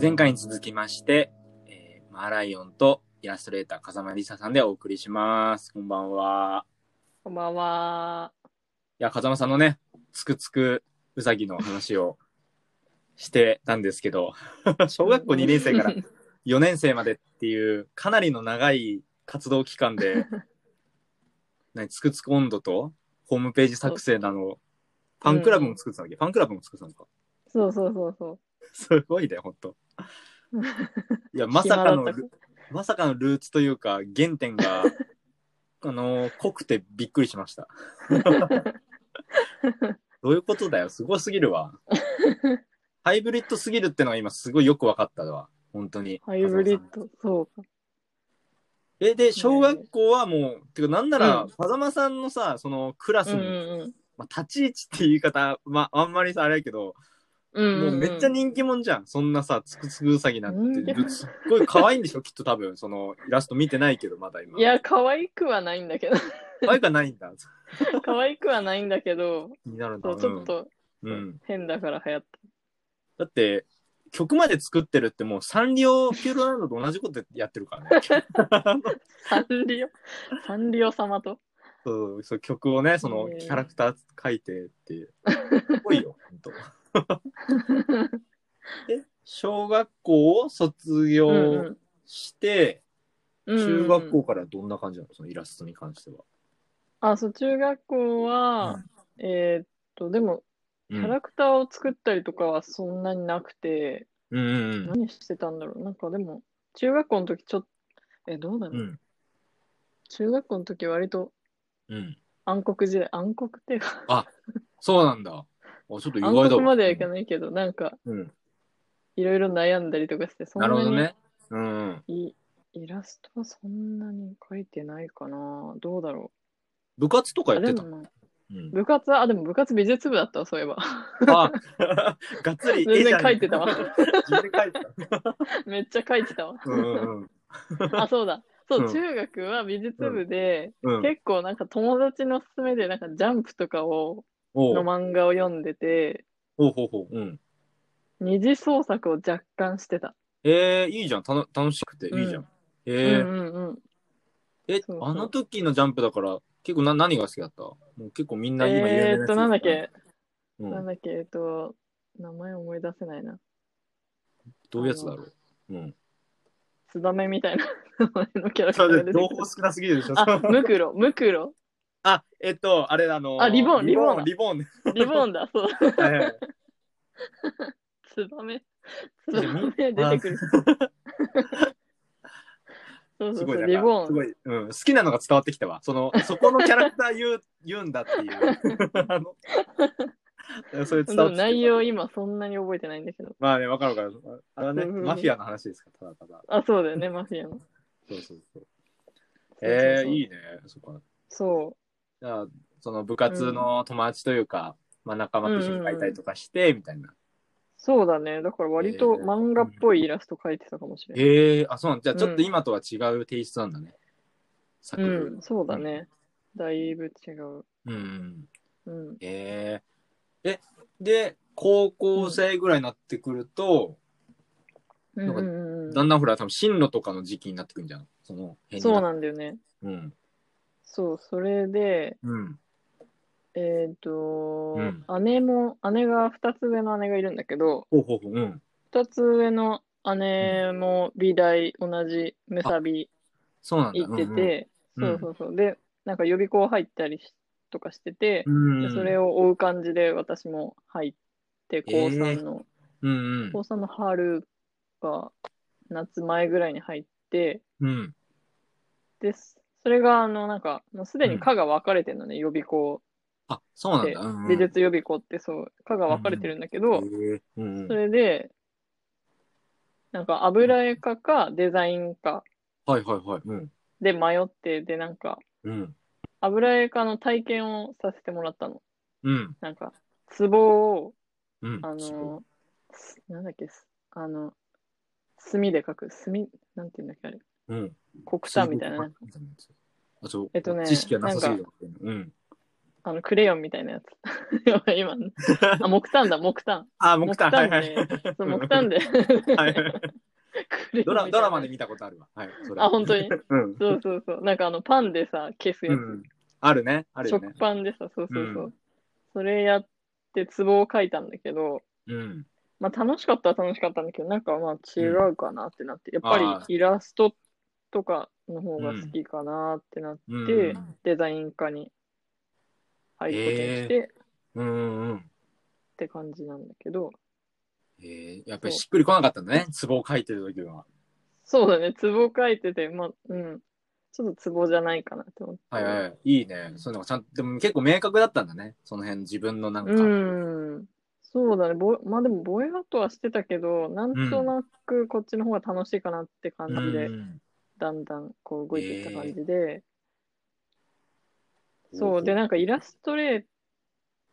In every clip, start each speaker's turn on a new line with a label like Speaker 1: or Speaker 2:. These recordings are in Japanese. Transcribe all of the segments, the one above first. Speaker 1: 前回に続きまして、えー、マーライオンとイラストレーター風間りささんでお送りします。こんばんは。
Speaker 2: こんばんは。
Speaker 1: いや、風間さんのね、つくつくうさぎの話をしてたんですけど、小学校2年生から4年生までっていう、かなりの長い活動期間で、何つくつく温度とホームページ作成なの、ファンクラブも作ってたわけ、ファンクラブも作ってたのか。
Speaker 2: そうそうそうそ
Speaker 1: すごいね、ほんと。
Speaker 2: う。
Speaker 1: いや、まさかの
Speaker 2: 暇だっ
Speaker 1: まさかのルーツというか、原点 が、あのー濃くてびっくりしました。どういうことだよ、すごすぎるわ。ハイブリッドすぎるってのが今すごいよく分かったわ。本当に。
Speaker 2: ハイブリッド、そうか。
Speaker 1: え、で、小学校はもう、てか、なんな
Speaker 2: う
Speaker 1: ら
Speaker 2: ん、
Speaker 1: 風間さんのさ、そのクラス
Speaker 2: うん
Speaker 1: の、
Speaker 2: うん
Speaker 1: まあ、立ち位置って言い方、まあ、あんまりさ、あれやけど、
Speaker 2: うん。
Speaker 1: もうめっちゃ人気者じゃん。そんなさ、つくつくうさぎなんて。すっごい可愛いんでしょ、 きっと多分。その、イラスト見てないけど、まだ今。
Speaker 2: い、や、可愛くはないんだけど、
Speaker 1: 可愛くはないんだ。
Speaker 2: 可愛くはないんだけど、
Speaker 1: 気になるんだ。
Speaker 2: そうちょっと
Speaker 1: うんうん。
Speaker 2: 変だから流行っ
Speaker 1: だって、曲まで作ってるってもうサンリオピューロランドと同じことやってるからね。
Speaker 2: た。サン リオ、サンリオ様と。
Speaker 1: そうそう曲をね、その
Speaker 2: へー
Speaker 1: キャラクター書いてって いう。すごいよ、ほんと。 で小学校を卒
Speaker 2: うん
Speaker 1: 業
Speaker 2: うん
Speaker 1: して、
Speaker 2: うんうん
Speaker 1: 中学校からどんな感じなのそのイラストに関しては。
Speaker 2: あ、そう、中学校は、えーっと、でも、
Speaker 1: う
Speaker 2: キ
Speaker 1: ん
Speaker 2: ャラクターを作ったりとかはそんなになくて、
Speaker 1: うんうん
Speaker 2: 何してたんだろう。なんかでも、中学校の時ちょっと、え、どうだろ
Speaker 1: う
Speaker 2: う。
Speaker 1: ん。うん
Speaker 2: 中学校の時割と
Speaker 1: うん。
Speaker 2: 暗黒時代、暗黒っていうか、
Speaker 1: そうなんだ。あちょっと意外
Speaker 2: 暗
Speaker 1: だわ
Speaker 2: 黒まではいかないけど、なんか、
Speaker 1: うん。
Speaker 2: いろいろ悩んだりとかして、そん
Speaker 1: な
Speaker 2: な
Speaker 1: るほど
Speaker 2: に、
Speaker 1: ね。うんうん。
Speaker 2: いイラストはそんなに描いてないかな。どうだろ
Speaker 1: 部活とか
Speaker 2: う。
Speaker 1: やっ
Speaker 2: あ
Speaker 1: て
Speaker 2: で
Speaker 1: た
Speaker 2: もな、
Speaker 1: うん
Speaker 2: 部活は、あ、でも部活美術部だったわ、そういえば。
Speaker 1: あ、がっつり絵
Speaker 2: 全
Speaker 1: じ
Speaker 2: 然
Speaker 1: ゃん
Speaker 2: 描いてたわ。
Speaker 1: 自分で描いてた。
Speaker 2: めっちゃ描いて たわ。
Speaker 1: うんうん
Speaker 2: あ、そうだ。そう、
Speaker 1: うん
Speaker 2: 中学は美術部で、
Speaker 1: うん。
Speaker 2: 結構なんか友達の勧めで、なんかジャンプとかを、
Speaker 1: お
Speaker 2: の
Speaker 1: う
Speaker 2: 漫画を読んでて、
Speaker 1: ほうほうほう。うん。
Speaker 2: 二次創作を若干してた。
Speaker 1: えー、いいじゃん。たの楽しくていいじゃ。
Speaker 2: うん
Speaker 1: え
Speaker 2: う
Speaker 1: ー、
Speaker 2: んうんうん。
Speaker 1: え
Speaker 2: そうそ、う
Speaker 1: あの時のジャンプだから、結構な何が好きだったもう結構みんな今有名なや
Speaker 2: え
Speaker 1: つ
Speaker 2: ーっと、なんだっけ、
Speaker 1: う
Speaker 2: なん
Speaker 1: ん。
Speaker 2: だっけ、えっと、名前思い出せないな。
Speaker 1: どういうやつだろううん。
Speaker 2: ツバメみたいな名前のキャラクターが出てきた。
Speaker 1: 少なすぎるでしょ
Speaker 2: あ、ムクロ、ムクロ。
Speaker 1: あ、えっと、あれ、あのー
Speaker 2: あリボンリボン
Speaker 1: リボン。リ
Speaker 2: リボンだ、そう。
Speaker 1: ボンはい はい
Speaker 2: ツバメ。ツバメ出てくる。そう
Speaker 1: す
Speaker 2: そう
Speaker 1: ごいな
Speaker 2: そう、
Speaker 1: んか
Speaker 2: リボ
Speaker 1: すご
Speaker 2: ン。
Speaker 1: い、うん、好きなのが伝わってきたわ。そ の、そこのキャラクター言う、言うんだっていう。 あ の、それ
Speaker 2: で
Speaker 1: 伝わって
Speaker 2: も
Speaker 1: きた
Speaker 2: 内容今そんなに覚えてないんだけど。
Speaker 1: まあね、わかるわかる。あのね、
Speaker 2: うんうんうん
Speaker 1: マフィアの話ですか、ただただ。
Speaker 2: あ、そうだよね、マフィアの。
Speaker 1: そうそうそう。えー、い
Speaker 2: い。
Speaker 1: いね。そっか。
Speaker 2: そ
Speaker 1: じゃあ、その部活の友達というか、まあ仲間と一緒に書いたりとかして、みたいな。
Speaker 2: う。そうだね。だから割と漫画っぽいイラスト描いてたかもしれない。
Speaker 1: えー、あ、そうなんじゃあちょっと今とは違うテイストなんだね。作風。
Speaker 2: うん、そうだね。だいぶ違
Speaker 1: う
Speaker 2: う。
Speaker 1: んうん。
Speaker 2: うん。
Speaker 1: えー、え、で、高校生ぐらいになってくると、
Speaker 2: うんうんうん
Speaker 1: だんだんほら、多分進路とかの時期になってくるんじゃん。その辺
Speaker 2: そう
Speaker 1: の
Speaker 2: なんだよね。
Speaker 1: うん。
Speaker 2: そう、それで、
Speaker 1: うん。
Speaker 2: えっ、と、
Speaker 1: うん
Speaker 2: 姉も、姉が、二つ上の姉がいるんだけど、
Speaker 1: ほうほうほう。うん。
Speaker 2: 二つ上の姉も美大同じムサビ
Speaker 1: そうなんだ。
Speaker 2: 行ってて、
Speaker 1: うんうんうん
Speaker 2: そうそうそう。で、なんか予備校入ったりしとかしてて、
Speaker 1: うん、うん
Speaker 2: でそれを追う感じで私も入って、高3の、
Speaker 1: うんうん
Speaker 2: 高3の春か夏前ぐらいに入って、
Speaker 1: うん。
Speaker 2: です。それが、あの、なんか、もうすでに科が分かれてるのね、予備校
Speaker 1: あ、そうなん
Speaker 2: で
Speaker 1: だ。うんうん、
Speaker 2: 美術予備校ってそう、科が分かれてるんだけど、
Speaker 1: へえうんうん
Speaker 2: それで、なんか油絵科かデザイン科
Speaker 1: はいはいはい。うん。
Speaker 2: で迷って、で、なんか
Speaker 1: うん。
Speaker 2: 油絵科の体験をさせてもらったの。
Speaker 1: うん。
Speaker 2: なんか、壺を、
Speaker 1: うん。
Speaker 2: あ
Speaker 1: すごい
Speaker 2: の、すなんだっけ、すあの、墨で描く、墨、なんていうんだっけ、あれ、
Speaker 1: うん。
Speaker 2: 黒炭みたいな。
Speaker 1: あ、そう。
Speaker 2: えっとね
Speaker 1: 知識がなさすぎる。うん。
Speaker 2: あの、クレヨンみたいなやつ。 今の。あ、木炭だ、木炭。
Speaker 1: あ、 木炭、はいはい。
Speaker 2: そう木炭で。
Speaker 1: はいはい
Speaker 2: クレヨンみたい
Speaker 1: ド
Speaker 2: な
Speaker 1: ラドラマで見たことあるわ。はい、それ
Speaker 2: あ、本当に。
Speaker 1: うん。
Speaker 2: そうそうそう。なんかあの、パンでさ、消
Speaker 1: う
Speaker 2: すやつ。
Speaker 1: ん。あるね、あるよね
Speaker 2: 食。パンでさ、そうそうそう。
Speaker 1: う
Speaker 2: それやって、ツボを書いたんだけど、
Speaker 1: うん。
Speaker 2: まあ楽しかったは楽しかったんだけど、なんかまあ違うかなってなって、やっ
Speaker 1: あ
Speaker 2: ぱ
Speaker 1: ー
Speaker 2: りイラストとかの方が好きかなってなって、
Speaker 1: うん。
Speaker 2: デザイン科に入ることにして、
Speaker 1: うんうんうん。
Speaker 2: って感じなんだけど、
Speaker 1: えー、やっぱりしっくりこなかったんだね、壺を書いてる時は。
Speaker 2: そうだね、ツボ書いてて、まあ、うん、ちょっとツボじゃないかなって思って。
Speaker 1: はいはい。いいね。そういうのがちゃんと、でも結構明確だったんだね。その辺自分のなんか。
Speaker 2: うん、そうだね、ぼまあでも、ぼやっとはしてたけど、なんとなくこっちの方が楽しいかなって感じで、
Speaker 1: うん
Speaker 2: だんだんこう動いていった感じで、
Speaker 1: えー
Speaker 2: そう、で、なんかイラストレー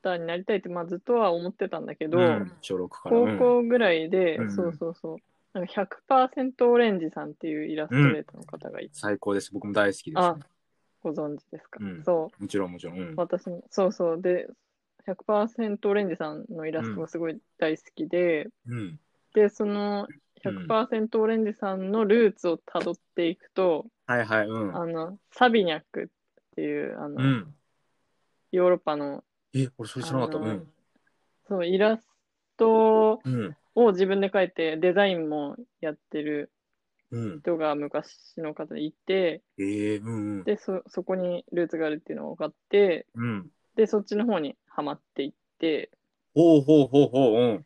Speaker 2: ターになりたいって、まあずっとは思ってたんだけど、
Speaker 1: うん小6から。
Speaker 2: 高校ぐらいで、
Speaker 1: うん
Speaker 2: そうそうそう、なんか100%オレンジさんっていうイラストレーターの方がいて、
Speaker 1: 最高です。僕も大好きです、
Speaker 2: あご存知ですか、
Speaker 1: うん
Speaker 2: そう。
Speaker 1: もちろんもちろん。うん
Speaker 2: 私もそうそうで100%オレンジさんのイラストがすごい大好きで、
Speaker 1: うん。
Speaker 2: でその
Speaker 1: うん
Speaker 2: 100%オレンジさんのルーツをたどっていくと、
Speaker 1: はいはい。うん。
Speaker 2: あのサビニャックっていうあの、
Speaker 1: うん。
Speaker 2: ヨーロッパの
Speaker 1: え、俺それ知らなかった。
Speaker 2: あ
Speaker 1: う
Speaker 2: の
Speaker 1: ん。
Speaker 2: そうイラスト
Speaker 1: うん。
Speaker 2: を自分で描いてデザインもやってる
Speaker 1: うん。
Speaker 2: 人が昔の方でいて
Speaker 1: ええうんうん。
Speaker 2: でそそこにルーツがあるっていうのを分かって
Speaker 1: うん。
Speaker 2: でそっちの方にはまっていって
Speaker 1: ほうほうほうほう。うん。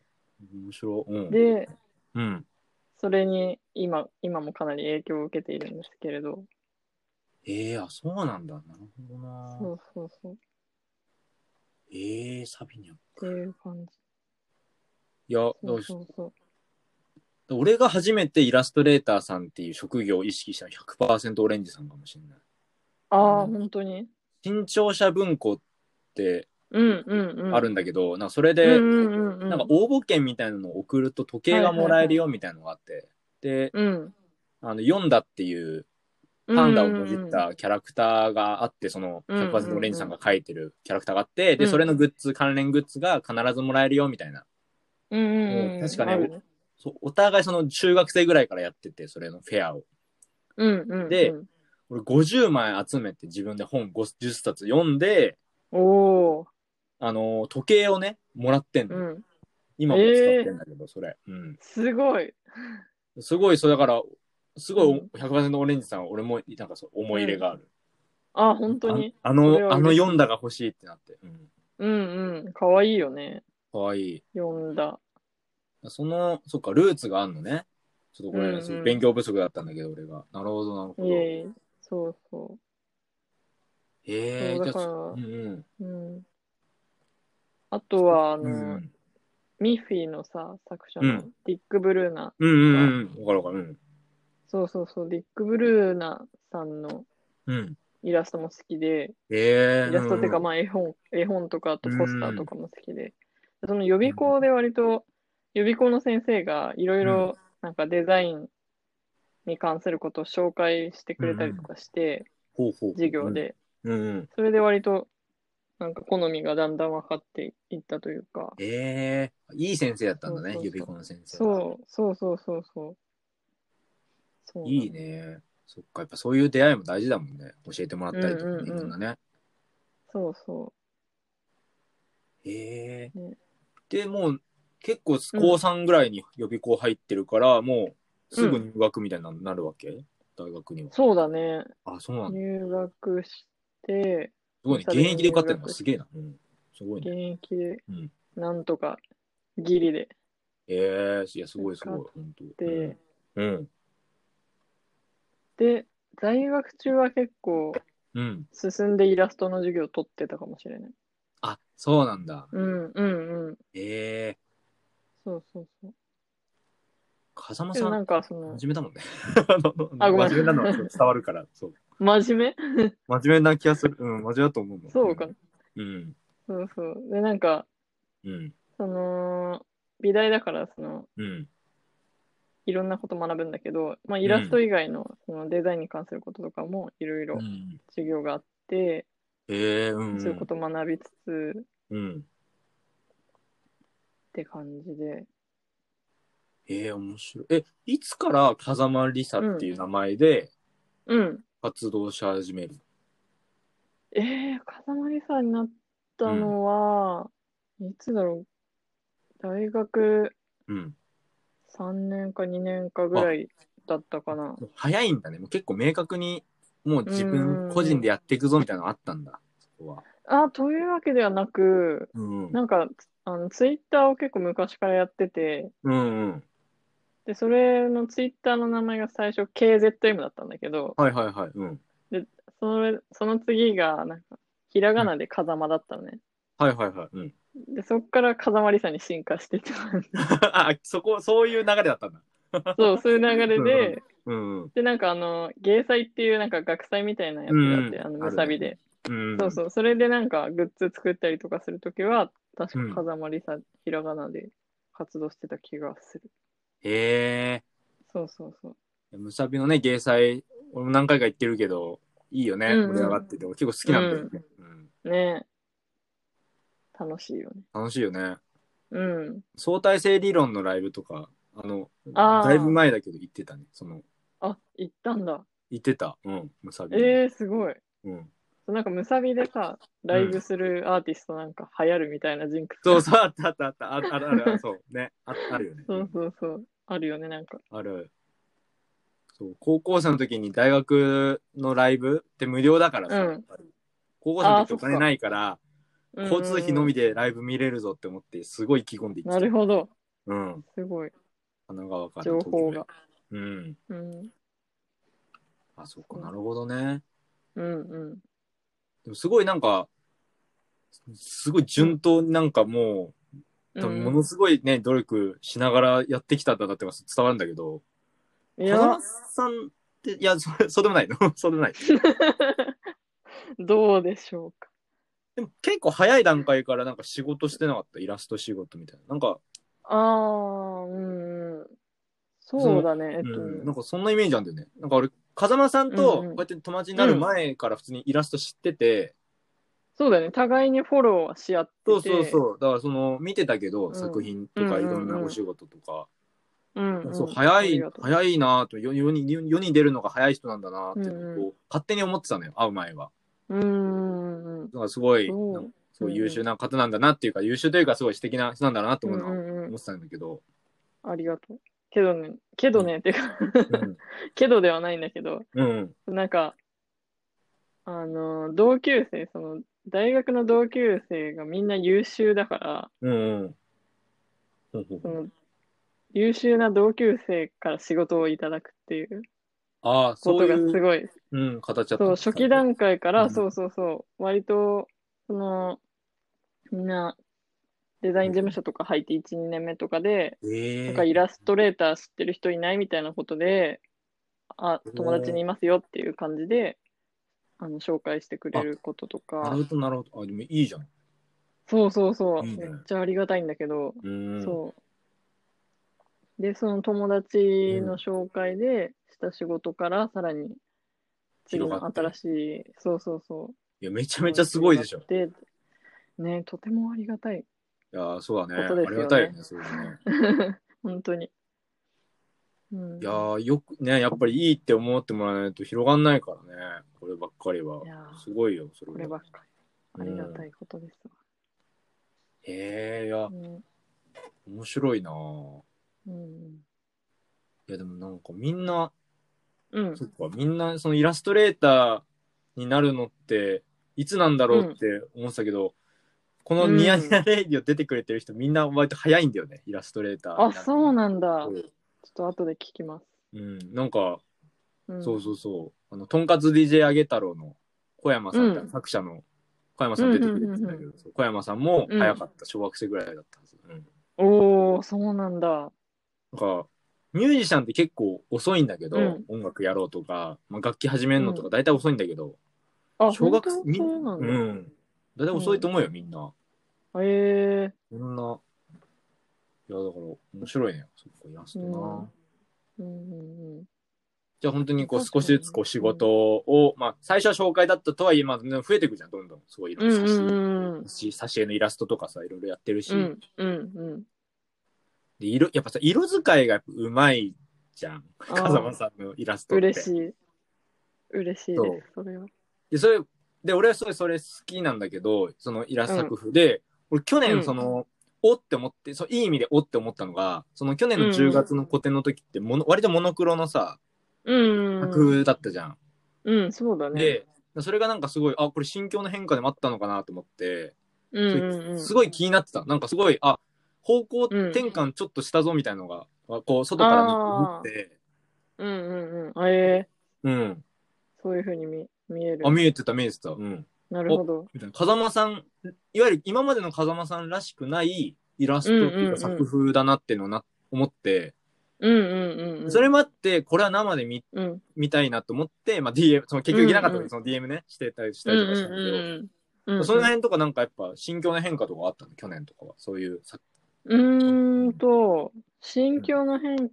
Speaker 1: 面白い。うん。
Speaker 2: で
Speaker 1: うん。
Speaker 2: それに今今もかなり影響を受けているんですけれど、
Speaker 1: ええあ、そうなんだ。なるほど
Speaker 2: そ
Speaker 1: な。
Speaker 2: うそうそうっ
Speaker 1: ええサビニャッ
Speaker 2: て
Speaker 1: ク。
Speaker 2: いう感じ。
Speaker 1: いや、
Speaker 2: そ
Speaker 1: ど
Speaker 2: う
Speaker 1: うし
Speaker 2: そうそう。
Speaker 1: 俺が初めてイラストレーターさんっていう職業を意識したのは100%オレンジさんかもしれない。
Speaker 2: ああ、
Speaker 1: うん
Speaker 2: 本当に。
Speaker 1: 新潮社文庫って
Speaker 2: うんうんうん。
Speaker 1: あるんだけど、なんかそれ
Speaker 2: う
Speaker 1: で、
Speaker 2: んうんうん。
Speaker 1: なんか応募券みたいなのを送ると時計がもらえるよみたいなのがあって、で、
Speaker 2: うん。
Speaker 1: あの、読んだっていうパンダをもじったキャラクターがあって、その
Speaker 2: うんうんうん
Speaker 1: 100%オレンジさんが描いてるキャラクターがあって、で、
Speaker 2: うん
Speaker 1: それのグッズ、関連グッズが必ずもらえるよみたいな。
Speaker 2: うんうんうん。
Speaker 1: 確かね
Speaker 2: あるね。
Speaker 1: そうお互いその中学生ぐらいからやってて、それのフェアを。
Speaker 2: うんうんうん。
Speaker 1: で、俺50枚集めて自分で本50冊読んで、
Speaker 2: おお。
Speaker 1: あのー時計をね、もらってん
Speaker 2: う
Speaker 1: の。
Speaker 2: ん。
Speaker 1: 今も使ってんだけど、それ。うん。
Speaker 2: すごい。
Speaker 1: すごい、そうだから、すご
Speaker 2: う
Speaker 1: い
Speaker 2: ん
Speaker 1: 100%オレンジさん、俺もなんかそう思い入れがある。
Speaker 2: ああ、本当に。
Speaker 1: ああ
Speaker 2: それ
Speaker 1: の、あ
Speaker 2: は嬉しい
Speaker 1: の読んだが欲しいってなって。うん。
Speaker 2: うんうん。かわいいよね。
Speaker 1: かわいい。
Speaker 2: 読んだ。
Speaker 1: その、そっか、ルーツがあるのね。ちょっとこれ、
Speaker 2: うんうん
Speaker 1: すごい勉強不足だったんだけど、俺が。なるほど、なるほ
Speaker 2: い
Speaker 1: ど。
Speaker 2: えいえ。そうそ
Speaker 1: えー、
Speaker 2: そう
Speaker 1: じ
Speaker 2: だ
Speaker 1: ゃ
Speaker 2: から
Speaker 1: あ、うんうん。
Speaker 2: う。うん。あとは、あ
Speaker 1: うんう
Speaker 2: の、
Speaker 1: ん
Speaker 2: ミッフィーのさ、作者
Speaker 1: う
Speaker 2: のディック・ブルーナ
Speaker 1: うんうんうん。わかるわかる。
Speaker 2: そうそうそう、ディック・ブルーナさんの
Speaker 1: うん。うん。
Speaker 2: イラストも好きで、
Speaker 1: えー。
Speaker 2: イラストっていうか、
Speaker 1: うん
Speaker 2: まあ絵本、絵本とか、あとポスターとかも好きで、その予備校で割と、予備校の先生がいろいろなんかデザインに関することを紹介してくれたりとかして、
Speaker 1: ほうほう
Speaker 2: 授業。で、
Speaker 1: うんうん。
Speaker 2: それで割と、なんか好みがだんだん分かっていったというか、
Speaker 1: えー、いい先生だったんだね、
Speaker 2: そうそうそう
Speaker 1: 予備校の先生。
Speaker 2: そう、そうそうそうそう。そう
Speaker 1: いいね。そっか、やっぱそういう出会いも大事だもんね。教えてもらったりとかね、
Speaker 2: うんうんうん
Speaker 1: いろんなね。
Speaker 2: そうそ
Speaker 1: へえ
Speaker 2: ね
Speaker 1: で、もう結構
Speaker 2: うん
Speaker 1: 高3ぐらいに予備校入ってるから、もうすぐ入学みたいになるわけ、大学には
Speaker 2: う。。そうだね。
Speaker 1: あ、そうなんだ。
Speaker 2: 入学して、
Speaker 1: すごいね。
Speaker 2: うん
Speaker 1: 現役で受かってるのがすげえな。うん。すごいね。
Speaker 2: 現役で
Speaker 1: うん、
Speaker 2: なんとか、ギリで、
Speaker 1: ええいや、すごいすごい。本当。
Speaker 2: で、
Speaker 1: うん。
Speaker 2: で、在学中は結構、
Speaker 1: うん。
Speaker 2: 進んでイラストの授業を取ってたかもしれない。
Speaker 1: あ、そうなんだ。
Speaker 2: うん、うん、うん。
Speaker 1: ええ
Speaker 2: そうそうそう。
Speaker 1: 風間
Speaker 2: で
Speaker 1: さ、
Speaker 2: もなんんか、その、
Speaker 1: 真面目だ もんね。あの
Speaker 2: あごめん
Speaker 1: 真面目なのは伝わる から、そう。
Speaker 2: 真面
Speaker 1: 真面目な気がする。うん、真面目だと思うの。
Speaker 2: 目そうかな。
Speaker 1: うん。
Speaker 2: そうそう。で、なんか、
Speaker 1: うん。
Speaker 2: その、美大だから、その、
Speaker 1: うん。
Speaker 2: いろんなこと学ぶんだけど、まあ、イラスト以外の、そのデザインに関することとかも、いろいろ
Speaker 1: うん。
Speaker 2: 授業があって、
Speaker 1: ええうん。
Speaker 2: そういうことを学びつつっ
Speaker 1: うん。
Speaker 2: て感じで、
Speaker 1: ええ面白い。え、いつから風間りさっていう名前で
Speaker 2: うん。
Speaker 1: 活動し始める、
Speaker 2: ええー、風森さんになったのは、いつだろう。大学
Speaker 1: うん、
Speaker 2: 3年か2年かぐらいだったかな。
Speaker 1: もう早いんだね。もう結構明確に、もう自分個人でやっていくぞみたいなのあったんだ。そこは。
Speaker 2: あ、というわけではなく、
Speaker 1: うん。うん
Speaker 2: なんか、あの、ツイッターを結構昔からやってて、
Speaker 1: うん。
Speaker 2: で、それのツイッターの名前が最初 KZM だったんだけど、
Speaker 1: はいはいはい。うん。
Speaker 2: それ、その次が、なんか、ひらがなで風間だったのね。
Speaker 1: はいはいはい。うん。
Speaker 2: で、そっから風間りさに進化していった感じ。
Speaker 1: あ、そこ、そういう流れだったんだ。
Speaker 2: そう、そういう流れで、
Speaker 1: うんうん。
Speaker 2: で、なんかあの、芸祭っていうなんか学祭みたいなやつがあって、
Speaker 1: うん
Speaker 2: あの、
Speaker 1: あ
Speaker 2: む
Speaker 1: る
Speaker 2: さびで。
Speaker 1: うん。
Speaker 2: そう
Speaker 1: う。
Speaker 2: そう、それでなんかグッズ作ったりとかするときは、確か風間りさ、ひらがなで活動してた気がする。
Speaker 1: え
Speaker 2: そうそうそう。
Speaker 1: えむさびのね、芸祭、俺も何回か行ってるけど、いいよね。
Speaker 2: うんうん
Speaker 1: 盛り上がってて。俺結構好きなんだよね。うん。
Speaker 2: ねえ。楽しいよね。
Speaker 1: 楽しいよね。
Speaker 2: うん。
Speaker 1: 相対性理論のライブとか、あの、
Speaker 2: あー
Speaker 1: だいぶ前だけど行ってたね。その、
Speaker 2: あ、行ったんだ。
Speaker 1: 行ってた。うん、むさび。
Speaker 2: ええすごい。
Speaker 1: うん。
Speaker 2: なんか、むさびでさ、ライブするアーティストなんか流行るみたいなジンクス。
Speaker 1: そうそう、あったあったあった。ああるあるある、そう。ね。ああるよね。
Speaker 2: そうそうそう。あるよね、なんか。
Speaker 1: ある。そう、高校生の時に大学のライブって無料だからさ。
Speaker 2: うん
Speaker 1: 高校生の時
Speaker 2: あー
Speaker 1: お金ないから、交通費のみ
Speaker 2: で。
Speaker 1: でライブ見れるぞって思って、すごい意気込んでいって
Speaker 2: なるほど。
Speaker 1: うん。神
Speaker 2: すごい。
Speaker 1: 奈川から
Speaker 2: 情報
Speaker 1: 東京へ
Speaker 2: が。。
Speaker 1: うん。
Speaker 2: うん。
Speaker 1: あ、そっか、なるほどね。
Speaker 2: うんうん。
Speaker 1: でもすごいなんか、すごい順当になんかもう、多分ものすごいね、努力しながらやってきたんだなってのが伝わるんだけど、
Speaker 2: うん
Speaker 1: 風
Speaker 2: いや
Speaker 1: 間、さんって、いや、そ そうでもないのそうでもない。
Speaker 2: どうでしょうか。
Speaker 1: でも結構早い段階からなんか仕事してなかった、イラスト仕事みたいな。なんか、
Speaker 2: ああ、うんうん。そうだね。えっ
Speaker 1: う
Speaker 2: と
Speaker 1: ん、なんかそんなイメージなんだよね。なんか俺、風間さんと
Speaker 2: うん
Speaker 1: こ
Speaker 2: うん
Speaker 1: うやって友達になる前から普通にイラスト知ってて、
Speaker 2: そうだよね。互いにフォローはし合ってて。
Speaker 1: そうそうそう、だからその見てたけど、
Speaker 2: うん
Speaker 1: 作品とか
Speaker 2: う
Speaker 1: い
Speaker 2: んうんう
Speaker 1: ろ
Speaker 2: ん
Speaker 1: んなお仕事とか、
Speaker 2: うんうん。
Speaker 1: そう早
Speaker 2: あり
Speaker 1: い
Speaker 2: がとう
Speaker 1: 早いなぁと世世に世世に出るのが早い人なんだなぁっていう
Speaker 2: うんう
Speaker 1: の
Speaker 2: ん
Speaker 1: をこう勝手に思ってたのよ会う前は。
Speaker 2: うんうんうん。
Speaker 1: だからすごい
Speaker 2: そう
Speaker 1: なんかすご
Speaker 2: う
Speaker 1: い
Speaker 2: ん
Speaker 1: 優秀な方なんだなっていうか、優秀というかすごい素敵な人なんだなと
Speaker 2: う
Speaker 1: 思うんのは
Speaker 2: うんうん
Speaker 1: 思ってたんだけど、
Speaker 2: ありがとう。けどね、けどね、ってか、
Speaker 1: うん
Speaker 2: けどではないんだけど、
Speaker 1: うん
Speaker 2: なんか、あの、同級生、その、大学の同級生がみんな優秀だから、
Speaker 1: うんうんほうほう
Speaker 2: そ
Speaker 1: ほう
Speaker 2: の、優秀な同級生から仕事をいただくっていう
Speaker 1: ああ
Speaker 2: こ
Speaker 1: そ
Speaker 2: と
Speaker 1: う
Speaker 2: が
Speaker 1: い
Speaker 2: す
Speaker 1: う、
Speaker 2: ごい、
Speaker 1: うん、形だった
Speaker 2: そ
Speaker 1: ん
Speaker 2: う、
Speaker 1: です
Speaker 2: 初
Speaker 1: ね
Speaker 2: 期段階か
Speaker 1: う
Speaker 2: ら、
Speaker 1: ん
Speaker 2: そうそうそう、割と、その、みんな、デザイン事務所とか入って1、2年目とかで、
Speaker 1: ええ
Speaker 2: なんかイラストレーター知ってる人いないみたいなことで、あ、友達にいますよっていう感じで、あの、紹介してくれることと
Speaker 1: な
Speaker 2: か
Speaker 1: るほ、どなるほどあでもいいじゃん
Speaker 2: そうそうそう、
Speaker 1: いいね
Speaker 2: めっちゃありがたいんだけど、
Speaker 1: うん
Speaker 2: そう。で、その友達の紹介でした仕事から、さらに、次
Speaker 1: 広が
Speaker 2: の
Speaker 1: って
Speaker 2: 新しい、そうそうそう。
Speaker 1: いやめちゃめちゃすごいでしょい
Speaker 2: で、ね、とてもありがたい。
Speaker 1: やーそうだね
Speaker 2: ことで
Speaker 1: あ
Speaker 2: すよね
Speaker 1: りがたいよねそういうのね
Speaker 2: 本当に。うん、
Speaker 1: いやーよくねやっぱりいいって思ってもらわないと広がんないからねこればっかりはい
Speaker 2: やー
Speaker 1: すごいよそれ
Speaker 2: こればっかり。ありがた
Speaker 1: い、
Speaker 2: いことです
Speaker 1: うんへえいや
Speaker 2: わ。うん
Speaker 1: 面白いなぁ
Speaker 2: うん
Speaker 1: いやでもなんかみんな、
Speaker 2: うん
Speaker 1: そっかみんなそのイラストレーターになるのっていつなんだろうって思ってたけど、このニヤニヤレイディオ出てくれてる人、みんな割と早いんだよねイラストレーター
Speaker 2: あ、そう
Speaker 1: だ
Speaker 2: なんだ。
Speaker 1: そ
Speaker 2: ちょっ
Speaker 1: う
Speaker 2: と後で聞きます。
Speaker 1: うんなんか、
Speaker 2: うん、
Speaker 1: そうそうそうあのとんかつ DJ あげ太郎の小山さんみたいな、
Speaker 2: うん
Speaker 1: 作者の小山さん出てくれてたけど、
Speaker 2: うんうんうんう
Speaker 1: そう小山さんも早かった、小学生ぐらいだったはず、うん、
Speaker 2: おー、そうなんだ。
Speaker 1: なんか、ミュージシャンって結構遅いんだけど、
Speaker 2: うん
Speaker 1: 音楽やろうとか、まあ、楽器始めるのとか大体遅いんだけど、
Speaker 2: あ、
Speaker 1: 小学
Speaker 2: 本
Speaker 1: 生、
Speaker 2: 当そうなん
Speaker 1: う
Speaker 2: だ。
Speaker 1: ん。大体遅いと思うよ、みんな。
Speaker 2: え
Speaker 1: そんな。いや、だから面白いね。そっか、イラストな。
Speaker 2: うんうんうん。
Speaker 1: じゃあ本当にこう
Speaker 2: 確
Speaker 1: 少
Speaker 2: かに
Speaker 1: しずつこう仕事を、まあ最初は紹介だったとはいえ、まあ増えていくじゃん、どんどん。すごいいろんな
Speaker 2: うんうんうん
Speaker 1: 挿絵挿絵のイラストとかさ、いろいろやってるし、
Speaker 2: うんうんうん。
Speaker 1: で色、やっぱさ、色使いがやっぱうまいじゃん。
Speaker 2: あー
Speaker 1: 風間さんのイラストって。
Speaker 2: 嬉しい。嬉しいです、それは。
Speaker 1: で、それ、で、俺はすごいそれ好きなんだけど、そのイラスト作風で、俺去
Speaker 2: うん
Speaker 1: 年その、おって思って、そういい意味でおって思ったのが、その去年の10月の個展の時ってもの、割とモノクロのさ、
Speaker 2: うん
Speaker 1: 作
Speaker 2: うん。
Speaker 1: 風だったじゃん。
Speaker 2: うん、そうだね。
Speaker 1: で、それがなんかすごい、あ、これ心境の変化でもあったのかなと思って、
Speaker 2: うんうんうん、
Speaker 1: すごい気になってた。なんかすごい、あ、方向転換ちょっとしたぞみたいなのが、あこう、外から見て思って、
Speaker 2: うんうんうん。あえ
Speaker 1: うん。
Speaker 2: ー、そういうふうに見見える
Speaker 1: あ、。見えてた、見えてた。うん。
Speaker 2: なるほど。
Speaker 1: みたいな風間さん、いわゆる今までの風間さんらしくないイラストっていうか
Speaker 2: うんうんうん
Speaker 1: 作風だなっていうのをな思って、
Speaker 2: うんうんうんうん。
Speaker 1: それもあって、これは生で見
Speaker 2: うん
Speaker 1: 見たいなと思って、まあ DM、その結局いなかった
Speaker 2: うん
Speaker 1: 時
Speaker 2: うん
Speaker 1: その DM ね、してたりし
Speaker 2: う
Speaker 1: た
Speaker 2: ん
Speaker 1: り
Speaker 2: う
Speaker 1: と
Speaker 2: ん
Speaker 1: かしたんだけど、
Speaker 2: うんうん。
Speaker 1: その辺とかなんかやっぱ心境の変化とかあったの去年とかは。そういう作
Speaker 2: うーんと、心境の変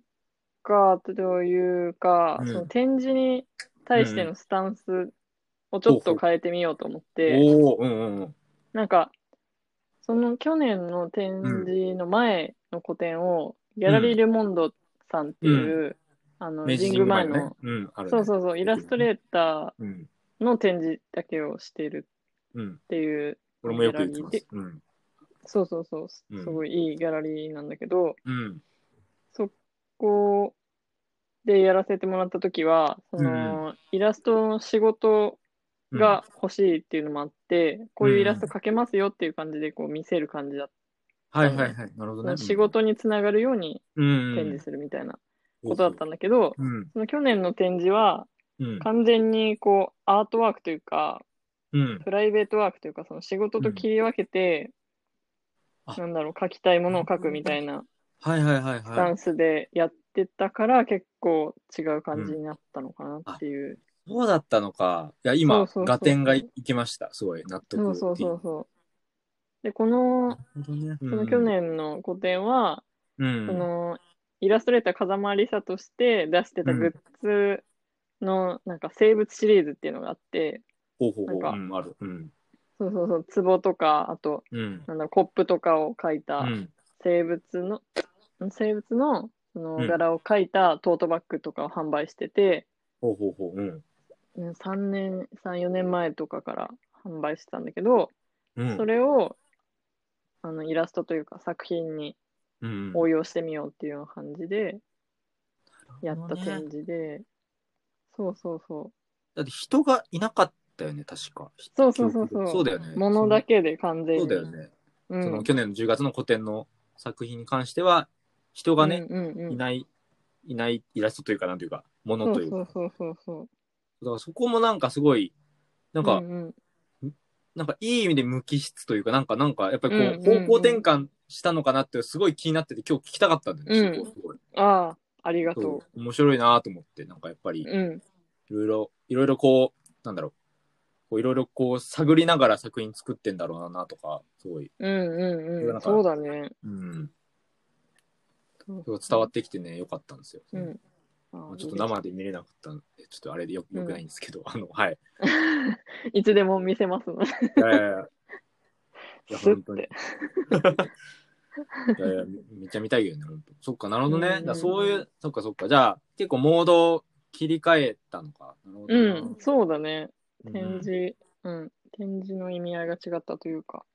Speaker 2: 化というか、
Speaker 1: うん
Speaker 2: その展示に対してのスタンスをちょっと変えてみようと思って、
Speaker 1: おおうんうんうん。
Speaker 2: なんか、その去年の展示の前の個展を、ギャラリー・レモンドさんっていう、あの、
Speaker 1: 明治
Speaker 2: 神
Speaker 1: 神
Speaker 2: 宮
Speaker 1: 宮前
Speaker 2: 前
Speaker 1: のね
Speaker 2: の、。
Speaker 1: うん、ある、ね。
Speaker 2: そうそうそう、イラストレータ
Speaker 1: う。ん。
Speaker 2: ーの展示だけをしている
Speaker 1: うん。
Speaker 2: っていう、
Speaker 1: 俺もよく言ってます。うん。
Speaker 2: そうそうそう、す
Speaker 1: うん
Speaker 2: ごいいいギャラリーなんだけど、
Speaker 1: うん。
Speaker 2: そこでやらせてもらった時は、その、イラストの仕事が欲しいっていうのもあって、こういうイラスト描けますよっていう感じでこう見せる感じだっ
Speaker 1: うん、はいはいはい。なるほど
Speaker 2: た。
Speaker 1: ね。
Speaker 2: 仕事につながるように
Speaker 1: うん
Speaker 2: 展示するみたいなことだったんだけど、
Speaker 1: うん。
Speaker 2: その去年の展示は
Speaker 1: うん。
Speaker 2: 完全にこうアートワークというか、
Speaker 1: うん。
Speaker 2: プライベートワークというか、その仕事と切り分け
Speaker 1: う
Speaker 2: て、
Speaker 1: んあ
Speaker 2: なんだろう、描きたいものを描くみたいな
Speaker 1: はいはいはい
Speaker 2: スタ
Speaker 1: はい
Speaker 2: ン。スでやってたから、結構違う感じになったのかなっていう。
Speaker 1: そうだったのか。いや、今、
Speaker 2: そうそうそう
Speaker 1: 合点がいきました。すごい、納得。
Speaker 2: そうそうそうそう。で、この、
Speaker 1: なるほどね。
Speaker 2: その去年の個展は、
Speaker 1: うん、
Speaker 2: そのイラストレーター風間りさとして出してたグッズの、なんか生物シリーズっていうのがあって、
Speaker 1: ほうほうほう。
Speaker 2: なんか
Speaker 1: うん、ある。うん。
Speaker 2: そうそうそう、壺とか、あと、
Speaker 1: うん。
Speaker 2: なんだろう、コップとかを描いた
Speaker 1: うん。
Speaker 2: 生物の、ん生物の、その
Speaker 1: うん
Speaker 2: 柄を描いたトートバッグとかを販売してて、
Speaker 1: ほうほうほう。うん。
Speaker 2: うん3年、3、4年前とかから販売してたんだけど、
Speaker 1: うん
Speaker 2: そ。れを、あの、イラストというか作品に
Speaker 1: うん。
Speaker 2: 応用してみようっていうような感じで、やっ
Speaker 1: ほど
Speaker 2: た
Speaker 1: ね
Speaker 2: 展示で、そうそうそう。
Speaker 1: だって人がいなかったよね、確か。
Speaker 2: そうそうそうそう
Speaker 1: そうだよね。
Speaker 2: 物だけで完全に。
Speaker 1: そうだよね。
Speaker 2: うん。
Speaker 1: その去年の10月の個展の作品に関しては、人がね、
Speaker 2: うんうんうん
Speaker 1: いない、いないイラストというか、なんというか、も
Speaker 2: そ
Speaker 1: のといううか。
Speaker 2: そうそうそうそう。
Speaker 1: だからそこもなんかすごい、なんか、
Speaker 2: うんうん
Speaker 1: なんかいい意味で無機質というか、なんか、なんか、やっぱりこ
Speaker 2: うん
Speaker 1: う、
Speaker 2: うんうん
Speaker 1: 方向転換したのかなって、すごい気になってて、今日聞きたかったんだよね、
Speaker 2: うん
Speaker 1: そこすごい。
Speaker 2: ああ、ありが
Speaker 1: そ
Speaker 2: と
Speaker 1: う面白いなと思って、なんかやっぱり、
Speaker 2: う。
Speaker 1: い
Speaker 2: うん。
Speaker 1: ろいろ、いろいろこう、なんだろう、こういろいろこう、探りながら作品作ってんだろうなとか、すごい、
Speaker 2: うん
Speaker 1: い
Speaker 2: うん
Speaker 1: ろ
Speaker 2: うんん。
Speaker 1: な
Speaker 2: そうだね。
Speaker 1: うん、
Speaker 2: 伝
Speaker 1: 伝わってきてね、よかったんですよ。
Speaker 2: うん。あ
Speaker 1: ま
Speaker 2: あ
Speaker 1: あちょっと生で見れなかったんで、ちょっとあれでよよくないんですけど、あの、はい。
Speaker 2: いつでも見せますので。
Speaker 1: いやいやいや。いや、
Speaker 2: すって
Speaker 1: 本当に。いやいや、めめっちゃ見たいけどね、本当。そっか、なるほどね。
Speaker 2: うん
Speaker 1: だ
Speaker 2: うんうん
Speaker 1: からそういう、そっかそっか。じゃあ、結構モードを切り替えたのか。なるほど
Speaker 2: う
Speaker 1: な、
Speaker 2: ん、そうだね。
Speaker 1: うん
Speaker 2: 展示、うん。展示の意味合いが違ったというか。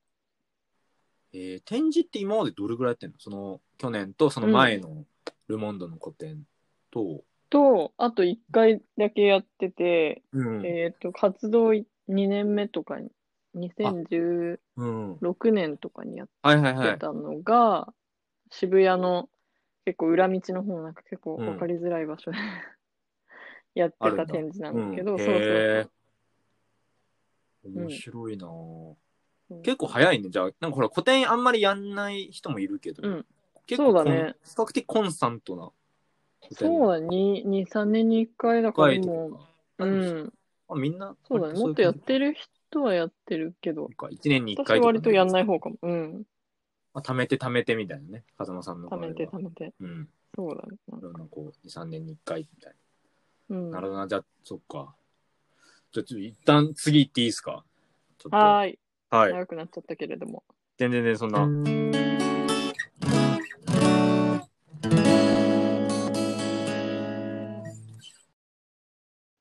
Speaker 1: えー展示って今までどれぐらいやってんのその、去年とその前のルモンドの個展と、
Speaker 2: と、あと1回だけやってて、
Speaker 1: うん。
Speaker 2: えっ、と、活動2年目とかに、2016
Speaker 1: うん。
Speaker 2: 年とかにやっ
Speaker 1: はいはいは
Speaker 2: て
Speaker 1: い。
Speaker 2: たのが、渋谷の結構裏道の方、なんか結構
Speaker 1: うん
Speaker 2: 分かりづらい場所で やって
Speaker 1: あるん
Speaker 2: た
Speaker 1: だ
Speaker 2: 展示なん
Speaker 1: うん
Speaker 2: だけど、そうそう
Speaker 1: へー
Speaker 2: うん
Speaker 1: 面白いなぁ
Speaker 2: そう。
Speaker 1: 結構早いね。じゃあ、なんかほら、個展あんまりやんない人もいるけど、
Speaker 2: うん
Speaker 1: 結構
Speaker 2: そうだね
Speaker 1: コン比較的コンスタントな個展
Speaker 2: そうだね、2、3年に1回だから
Speaker 1: 深いと
Speaker 2: もう
Speaker 1: か、
Speaker 2: うん、
Speaker 1: あみんな、
Speaker 2: そうだね。もっとやってる人はやってるけど、
Speaker 1: か、1年に1
Speaker 2: 私
Speaker 1: 回か、。
Speaker 2: 割とやんないい方かも。うん。
Speaker 1: まあ、貯めて貯めてみたいなね、風間さんの場
Speaker 2: 貯
Speaker 1: 合は。
Speaker 2: めて貯めて。
Speaker 1: うん。
Speaker 2: そうだね。
Speaker 1: いろんなこう、2、3年に1回みたい
Speaker 2: うん、
Speaker 1: なるほどな。じゃあ、そっか。じゃあ、ちょっと一旦次行っていいですかちょっと。
Speaker 2: はーい。
Speaker 1: はい。
Speaker 2: 長くなっちゃったけれども。
Speaker 1: 全然全然そんな。